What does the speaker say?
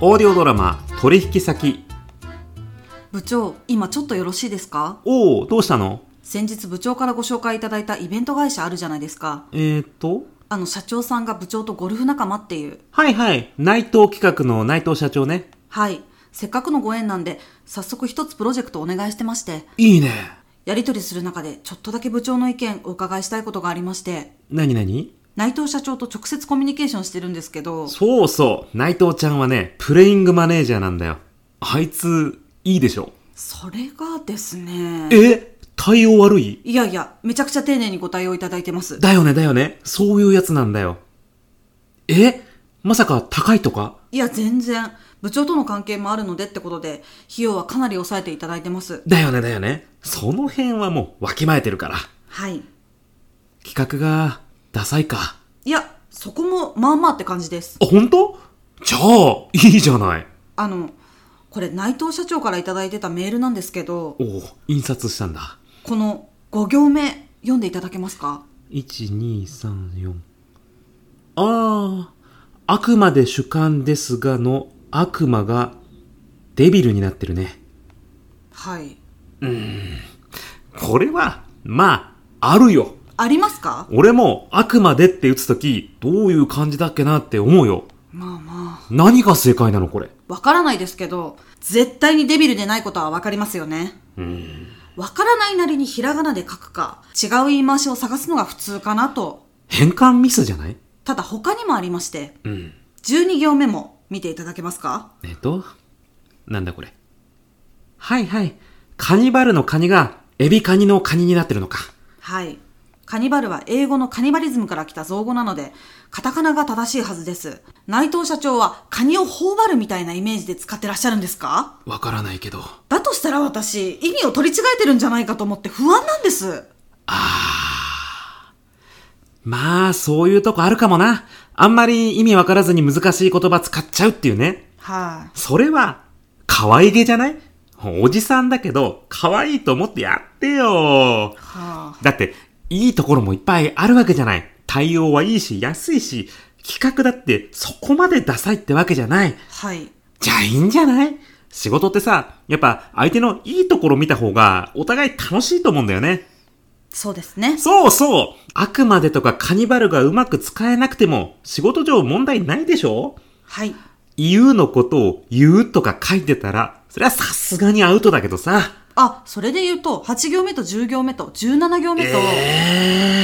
オーディオドラマ取引先部長今ちょっとよろしいですかおおどうしたの先日部長からご紹介いただいたイベント会社あるじゃないですかえー、っとあの社長さんが部長とゴルフ仲間っていうはいはい内藤企画の内藤社長ねはいせっかくのご縁なんで早速一つプロジェクトお願いしてましていいねやり取りする中でちょっとだけ部長の意見お伺いしたいことがありましてなになに内藤社長と直接コミュニケーションしてるんですけどそうそう内藤ちゃんはねプレイングマネージャーなんだよあいついいでしょそれがですねえ対応悪いいやいやめちゃくちゃ丁寧にご対応いただいてますだよねだよねそういうやつなんだよえまさか高いとかいや全然部長との関係もあるのでってことで費用はかなり抑えていただいてますだよねだよねその辺はもうわきまえてるからはい企画がダサいかいや、そこもまあまあって感じです。あ本当じゃあいいじゃないあの、これ内藤社長からいただいてたメールなんですけど、おお印刷したんだこの5行目読んでいただけますか1234あああくまで主観ですがの悪魔がデビルになってるねはい。これはまああるよありますか俺もあくまでって打つときどういう感じだっけなって思うよまあま何が正解なのこれあ。わからないですけど、絶対にデビルでないことはわかりますよね。うんわからないなりにひらがなで書くか、違う言い回しを探すのが普通かなと。変換ミスじゃないただ他にもありまして、うん12行目も見ていただけますかえっと、なんだこれ。はいはい。カニバルのカニが、エビカニのカニになってるのか。はい。カニバルは英語のカニバリズムから来た造語なので、カタカナが正しいはずです。内藤社長はカニを頬張るみたいなイメージで使ってらっしゃるんですかわからないけど。あだとしたら私、意味を取り違えてるんじゃないかと思って不安なんです。あー。まあ、そういうとこあるかもな。あんまり意味わからずに難しい言葉使っちゃうっていうね。はそれは、可愛げじゃないおじさんだけど、可愛いと思ってやってよい、。はだって、いいところもいっぱいあるわけじゃない。対応はいいし、安いし、企画だってそこまでダサいってわけじゃない。あ。はい。じゃあいいんじゃない仕事ってさ、やっぱ相手のいいところ見た方がお互い楽しいと思うんだよね。そうですね。そうそうあくまでとかカニバルがうまく使えなくても仕事上問題ないでしょはい。言うのことを言うとか書いてたら、それはさすがにアウトだけどさ。あ、それで言うと、8行目と10行目と17行目と、え